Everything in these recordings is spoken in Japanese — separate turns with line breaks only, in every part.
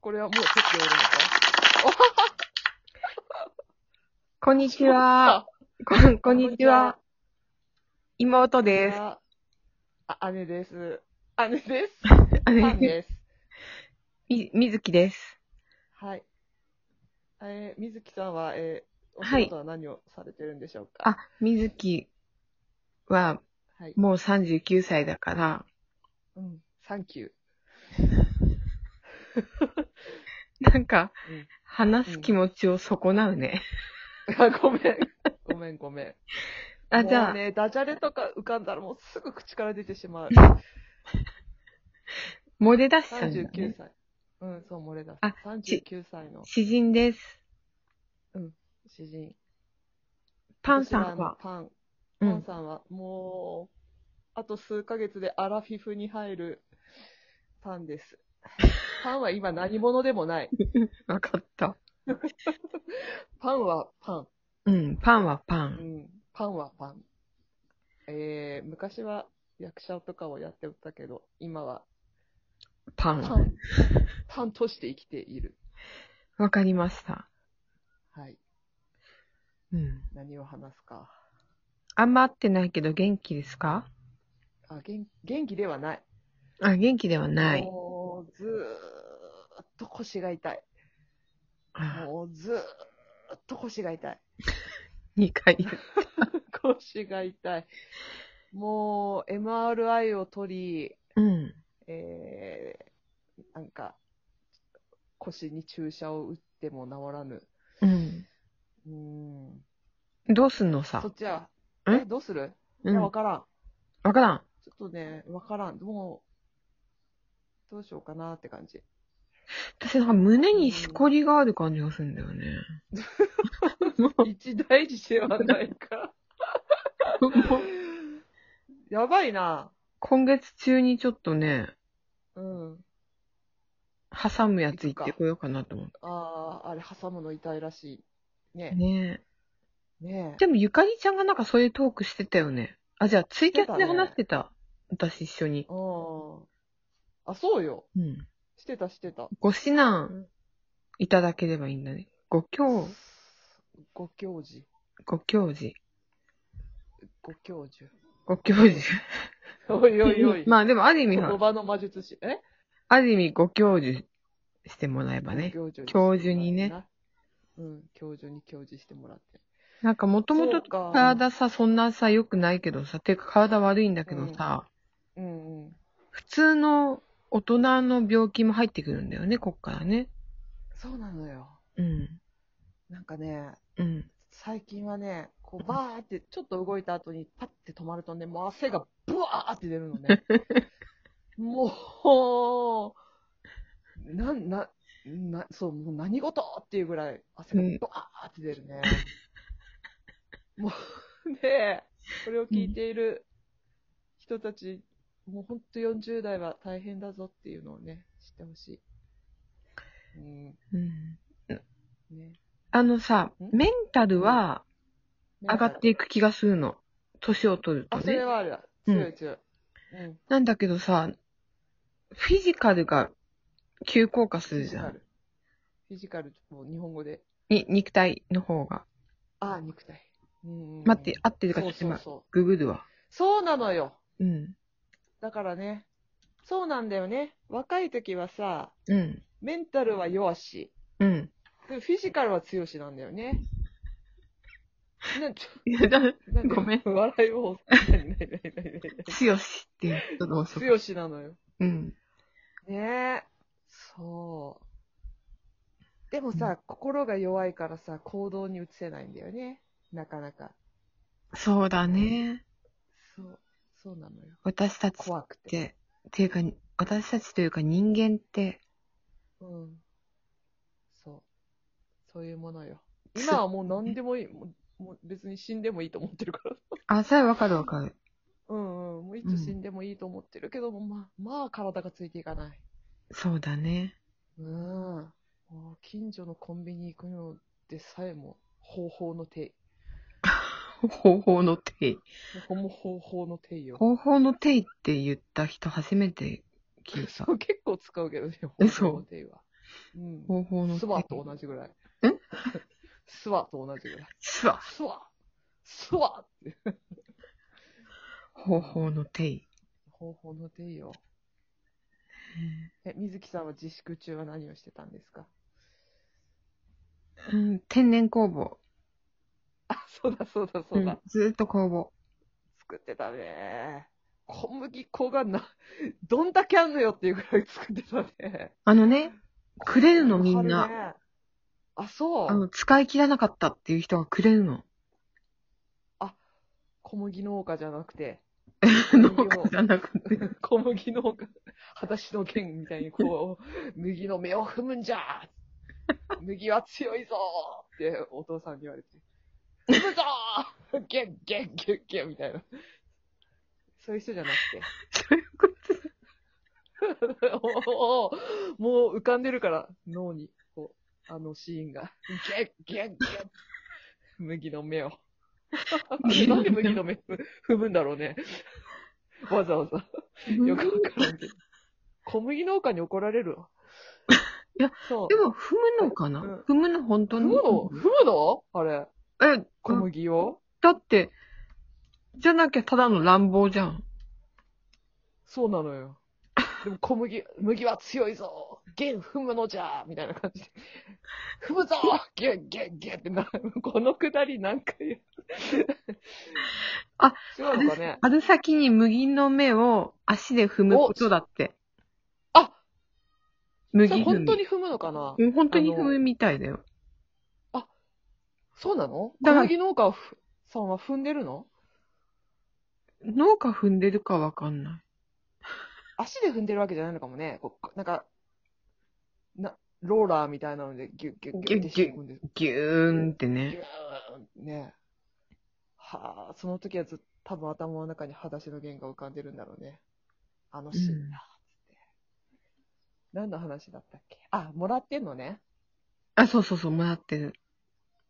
これはもう撮っておるのか
こんにちは。こんこんにちは。妹です。
あ、あ姉です。姉です。
あ
パン
れ、
です。
み、みずきです。
はい。えー、みずきさんは、えー、お
はい
仕事は何をされてるんでしょうか
あ、みずきは
はい。
もう39歳だから、
うん。サンキュー。
なんか
うん、
話す気持ちを損なうね。
あ、ごめん。ごめん、ごめん。
あ、じ
も
ゃ
う
あ、
ね、ダジャレとか浮かんだらもうすぐ口から出てし まう。
漏れ出しちゃうんだ
39
ね。
歳。うん、そう、漏れ出す。
あち
39歳の
詩人です。
詩人。
パンさ
私、あ
んは
のパン。
う
パン
ん、
さんは、もう、あと数ヶ月でアラフィフに入るパンです。 パンは今何者でもない。
わかった。
パンはパ
うん、パンはパ
ン。う
ン。
ん。パンはパン。えー、昔は役者とかをやってたけど、今は
パ
パ
ン。
ン、パンとして生きている。
わかりました。
はい。
うん。
何を話すか。
あんま会ってないけど元気ですか
あ、元元気ではない。
あ、元気ではない。
もう、ずーっと腰が痛い。
あ
もう、ずーっと腰が痛い。
二回言う。
腰が痛い。もう、MRI を取り、
うん。
えー、なんか、腰に注射を打っても治らぬ。
うん。
うーん。
どうすんのさ
そっ。ちは、
え
え、どうするい
うん。
や、わ
わ
からん。
からん。
ちょっとね、わからん。もう、どうしようかなって感 じ。
私なんか胸にしこりがある感じがするんだよね。
一大事ではないか。やばいな。
今月中にちょっとね、
うん。
挟むやつ行ってこようかなと思っ
ああ、あれ挟むの痛いらしい。
て。
ね
ね
え。ね
でもゆかりちゃんがなんかそういうトークしてたよね。あ、じゃあツイキャスで
してたね
話してた。私一緒に
え。。うん。あ、そうよ。
うん。
してた、してた。
ご指南いただければいいんだね。ご教、
ご教授。
ご教授。
ご教授。
ご教授。
おいおい おい。
まあでもある意味
言
ほら
葉の魔術師。え
ある意味ご教授してもらえばね。
ご教授に
教授にね。
うん、教授に教授してもらって。
なんかもとも
そ
と
うか
体さ、そんなさ、良くないけどさ、ていうか体悪いんだけどさ、
うんうん。
普通の大人の病気も入ってくるんだよね、こっからね。
そうなのよ。
うん。
なんかね、
うん。
最近はね、こうバーってちょっと動いた後にパッて止まるとね、もう汗がブワーって出るの ね。もう、なん、な、な、そう、もう何事っていうぐらい汗が
うん
ブワーって出るね。もう、で、これを聞いている人たち、もうほんと40代は大変だぞっていうのをね、知ってほしい。うん、
うん。
ね。
あのさ、
ん
メンタルは上がっていく気がするの。年を取ると
あ、それ
ね。
はある。
うん
強い強い。うん。
なんだけどさ、フィジカルが急降下す
フィ
る
ジ
じゃ
カ
ん。
ル。フィジカル、もう日本語で。
に肉体の方が。
ああ、肉体。うんうん
待って、合ってるかち
そ
ょ
う
っと
そう
今、
そう。
ググるわ。
そうなのよ。
うん。
だからね。そうなんだよね。若い時はさ、
うん。
メンタルは弱し。
うん。
でもフィジカルは強しなんだよね。 な、ち
いやだ
ょ、なんで
ごめん。
笑いを。 なになになになになに
強しっていう人の遅く。
強しなのよ。
うん。
ねえ。そう。でもさ、心が弱いからさ、行動に移せないんだよね。なかなか。
そうだね。
そう、そうなのよ。
私たちっ
怖くて。
て、っていうか、私たちというか人間って、
うん。そう。そういうものよ。今はもう何でも いい。もうもう別に死んでもいいと思ってるから。
あ、それわかるわかる。
うんうん。もういつ死んでもいいと思ってるけども、まあ、まあ体がついていかない。
そうだね。
うん。もう近所のコンビニ行くのでさえも、方法の手。
方法の定
もう方法の手よ。
方法の定って言った人初めて聞いた
そ。う結構使うけどね、
え
方法の手は。うん。
方法の。
スワと同じぐらい。
ん
スワと同じぐらい。
すわ。
スワスワって。
方法の定義。
方法の手よ。え、水木さんは自粛中は何をしてたんですか
うん、天然工房。
あ、そうだそうだそうだ。
んずーっと工房。
作ってたね。小麦粉がな、どんだけあんのよっていうぐらい作ってたね。
あのね、くれるのみん
ある
な。
ね。あ、そ
あ
う。
の、使い切らなかったっていう人がくれる の。
小麦農家じゃなくて、
農家じゃなくて。
小麦農家、裸足の剣みたいにこう、麦の芽を踏むんじゃ麦は強いぞーってお父さんに言われて、踏むぞーゲンゲンゲンゲンみたいな。そういう人じゃな
そういうこと
くて。 おーもう浮かんでるから、脳に、こう、あのシーンが。ゲンゲンゲン麦の芽を。なんで麦の芽 踏むんだろうね。わざわざ。よくわからんけど。小麦農家に怒られるわ。
いや、
そう
で。も、踏むのかな、
うん
踏むの本当
踏
に。
むの踏むのあれ、
え、
小麦を
だって、じゃなきゃただの乱暴じゃん。
そうなのよ。でも小麦、麦は強いぞ弦踏むのじゃみたいな感じで。踏むぞゲンゲンゲンってな、このくだり何回や
あ、
違うのかね
春先に麦の芽を足で踏むことだって。
あそ
麦踏
れ
み。
本当に踏むのかな
うん本当に踏むみたいだよ。
そうなの
だ
小
から
麦農家をふさんは踏んでるの
農家踏んでるかわかんない。
足で踏んでるわけじゃないのかもね。こうなんか、な、ローラーみたいなのでギュッギュッギュッって
ギ
して
ュッギュッ
踏んでる。
ギューンって
ギュ
ね。
ーンね。はあ、その時はずっと多分頭の中に裸足の弦が浮かんでるんだろうね。あのシーンだ、つって。何の話だったっけあ、もらってんのね。
あ、そうそうそう、もらってる。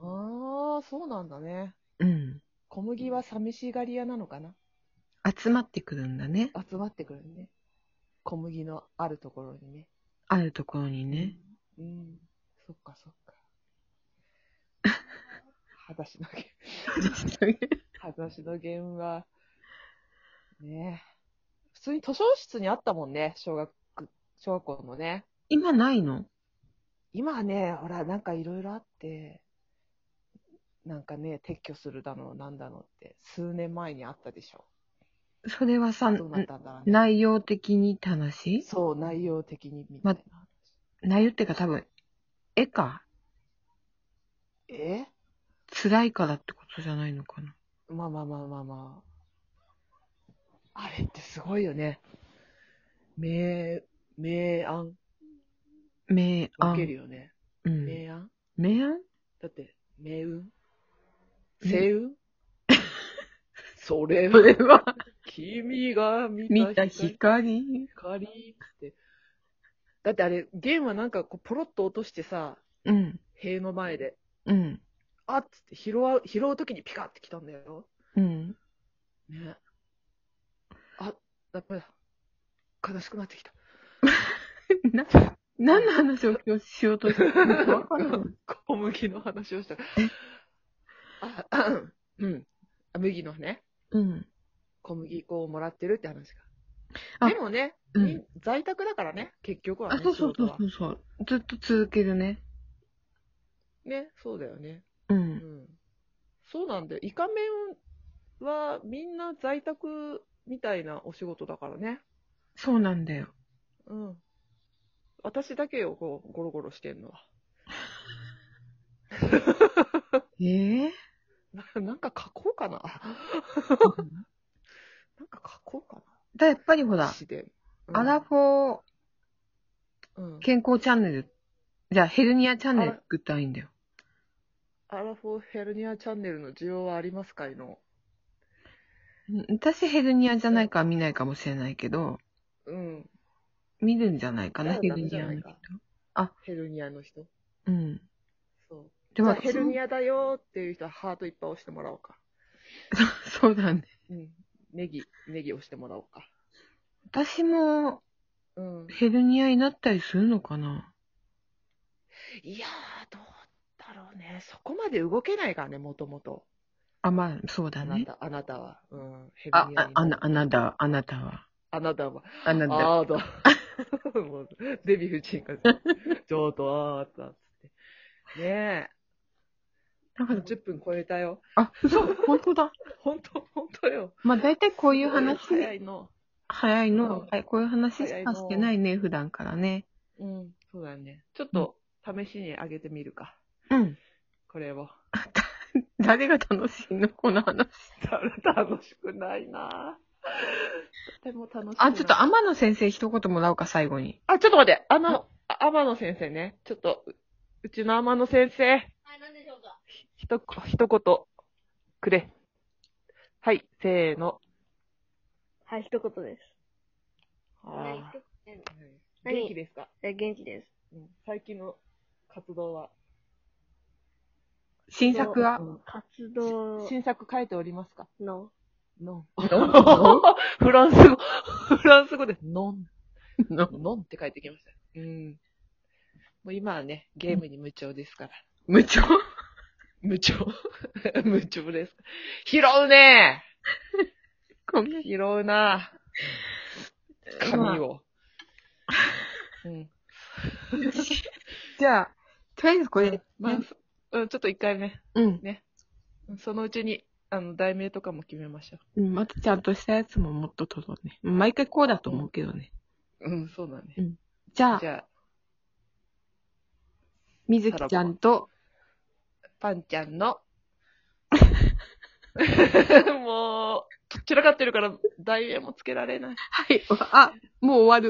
ああ、そうなんだね。
うん。
小麦は寂しがり屋なのかな
集まってくるんだね。
集まってくるね。小麦のあるところにね。
あるところ にね。
うん。そっかそっか。裸足のゲー ム。裸足のゲームは、ねえ。普通に図書室にあったもんね、小学、小学校のね。
今ないの
今はね、ほら、なんかいろいろあって、なんかね、撤去するだの、なんだのって、数年前にあったでしょ。
それはさ、
どうなったんだろうね。
内容的にって話
そう、内容的にみたいな。
内容っていうか多分、絵か。
え
辛いからってことじゃないのかな。
まあまあまあまあまあ。あれってすごいよね。明、明暗
明暗。
受けるよね。
うん。
明暗
明暗
だって、命運
うん
星雲それ
そ
は、
れは、
君が見
見
た
た
光
光。
って。だってあれ、弦はなんかこう、ポロッと落としてさ、
うん。
塀の前で、
うん。
あっつって拾う、拾うときにピカってきたんだよ。
うん。
ね。あ、ダメだ。悲しくなってきた。
な、何の話を今日しようとしてるのかわからない。
小麦の話をした。あ、うん。あ麦のね、
うん。
小麦粉をもらってるって話が。
あ
でもね、
うん。
在宅だからね、結局は
あ、
ね、
そうそう
仕
そ
事
う
は
そうそう。ずっと続けるね。
ね、そうだよね。
う。
うんん。そうなんだよ。イカメンはみんな在宅みたいなお仕事だからね。
そうなんだよ。
うん。私だけよ、こう、ゴロゴロしてんのは。
え え
ななんか書こうかな。なんか書こうか
だ、やっぱりほ
な。
ら、
誌で。うん
アラフォー
うん
健康チャンネル、じゃあヘルニアチャンネル作ったらいいんだよ。
アラフォーヘルニアチャンネルの需要はありますかいの。
うん私ヘルニアじゃないから見ないかもしれないけど、
うん。
見るんじゃないかな、
うん
ヘルニアの人
ダメ。
あ
ヘルニアの人。
うん。
そう。
で
じ
も
ゃあヘルニ
ア。
アだよーっていう人はハートいっぱい押してもらおうか。
そうだね。
うん。ネギ、ネギ押してもらおうか。
私も
うん。
ヘルニアになったりするのかな
いやー、どうだろうね。そこまで動けないからね、もともと。
あ、まあ、そうだ
あな
ね。
た、あなたは。うん。ヘ
あ
ビ、
あ、あな、あなた、あなたは。
あなたは。
あなた。
あーだ。 もうデヴィ夫人が、 上等あーだっつって。ね
なん
え、
か
40分超えたよ。
あ、そう、本当だ。
本当本当よ。
まあ、大体こういう
早
話、
いの。
早いの
うん、
はいこういう話し
早い
か
の
してないね、普段からね。
うん、そうだね。ちょっと、試しに上げてみるか。
うん。
これを。
誰が楽しいのこの話。
楽しくないなぁとても楽しい。
あ、ちょっと、天野先生一言もらおうか、最後に。
あ、ちょっと待って、あの、あ天野先生ね。ちょっと、ううちの天野先生、
はい、何でしょうか。
ひと、ひと言、くれ。はい、せーの。
はい、一言です。はい
あ
一
ー
何
元気ですか、
言え、元気です。
うん最近の活動は
新作は
うん
活動
新作書いておりますか
の、
ノン。フランス語、フランス語です。ノン。
の
ノンって書いてきました。うん。もう今はね、ゲームに夢中ですから。
無調
無 調無調です。拾うね
ごめん。
拾うな紙を。うん。
じゃあ、とりあえずこれ、
まあ、そうん、ちょっと一回ね、
うん。
そのうちに、あの、題名とかも決めましょ
うんまたちゃんとしたやつももっと取ろうね。毎回こうだと思うけどね。
う。うん、そうだね。
じゃあ
じ、ゃ
みずきちゃんと、
あ、パンちゃんの。もう、とっちらかってるから、題名もつけられない。
はい、あ、もう終わる。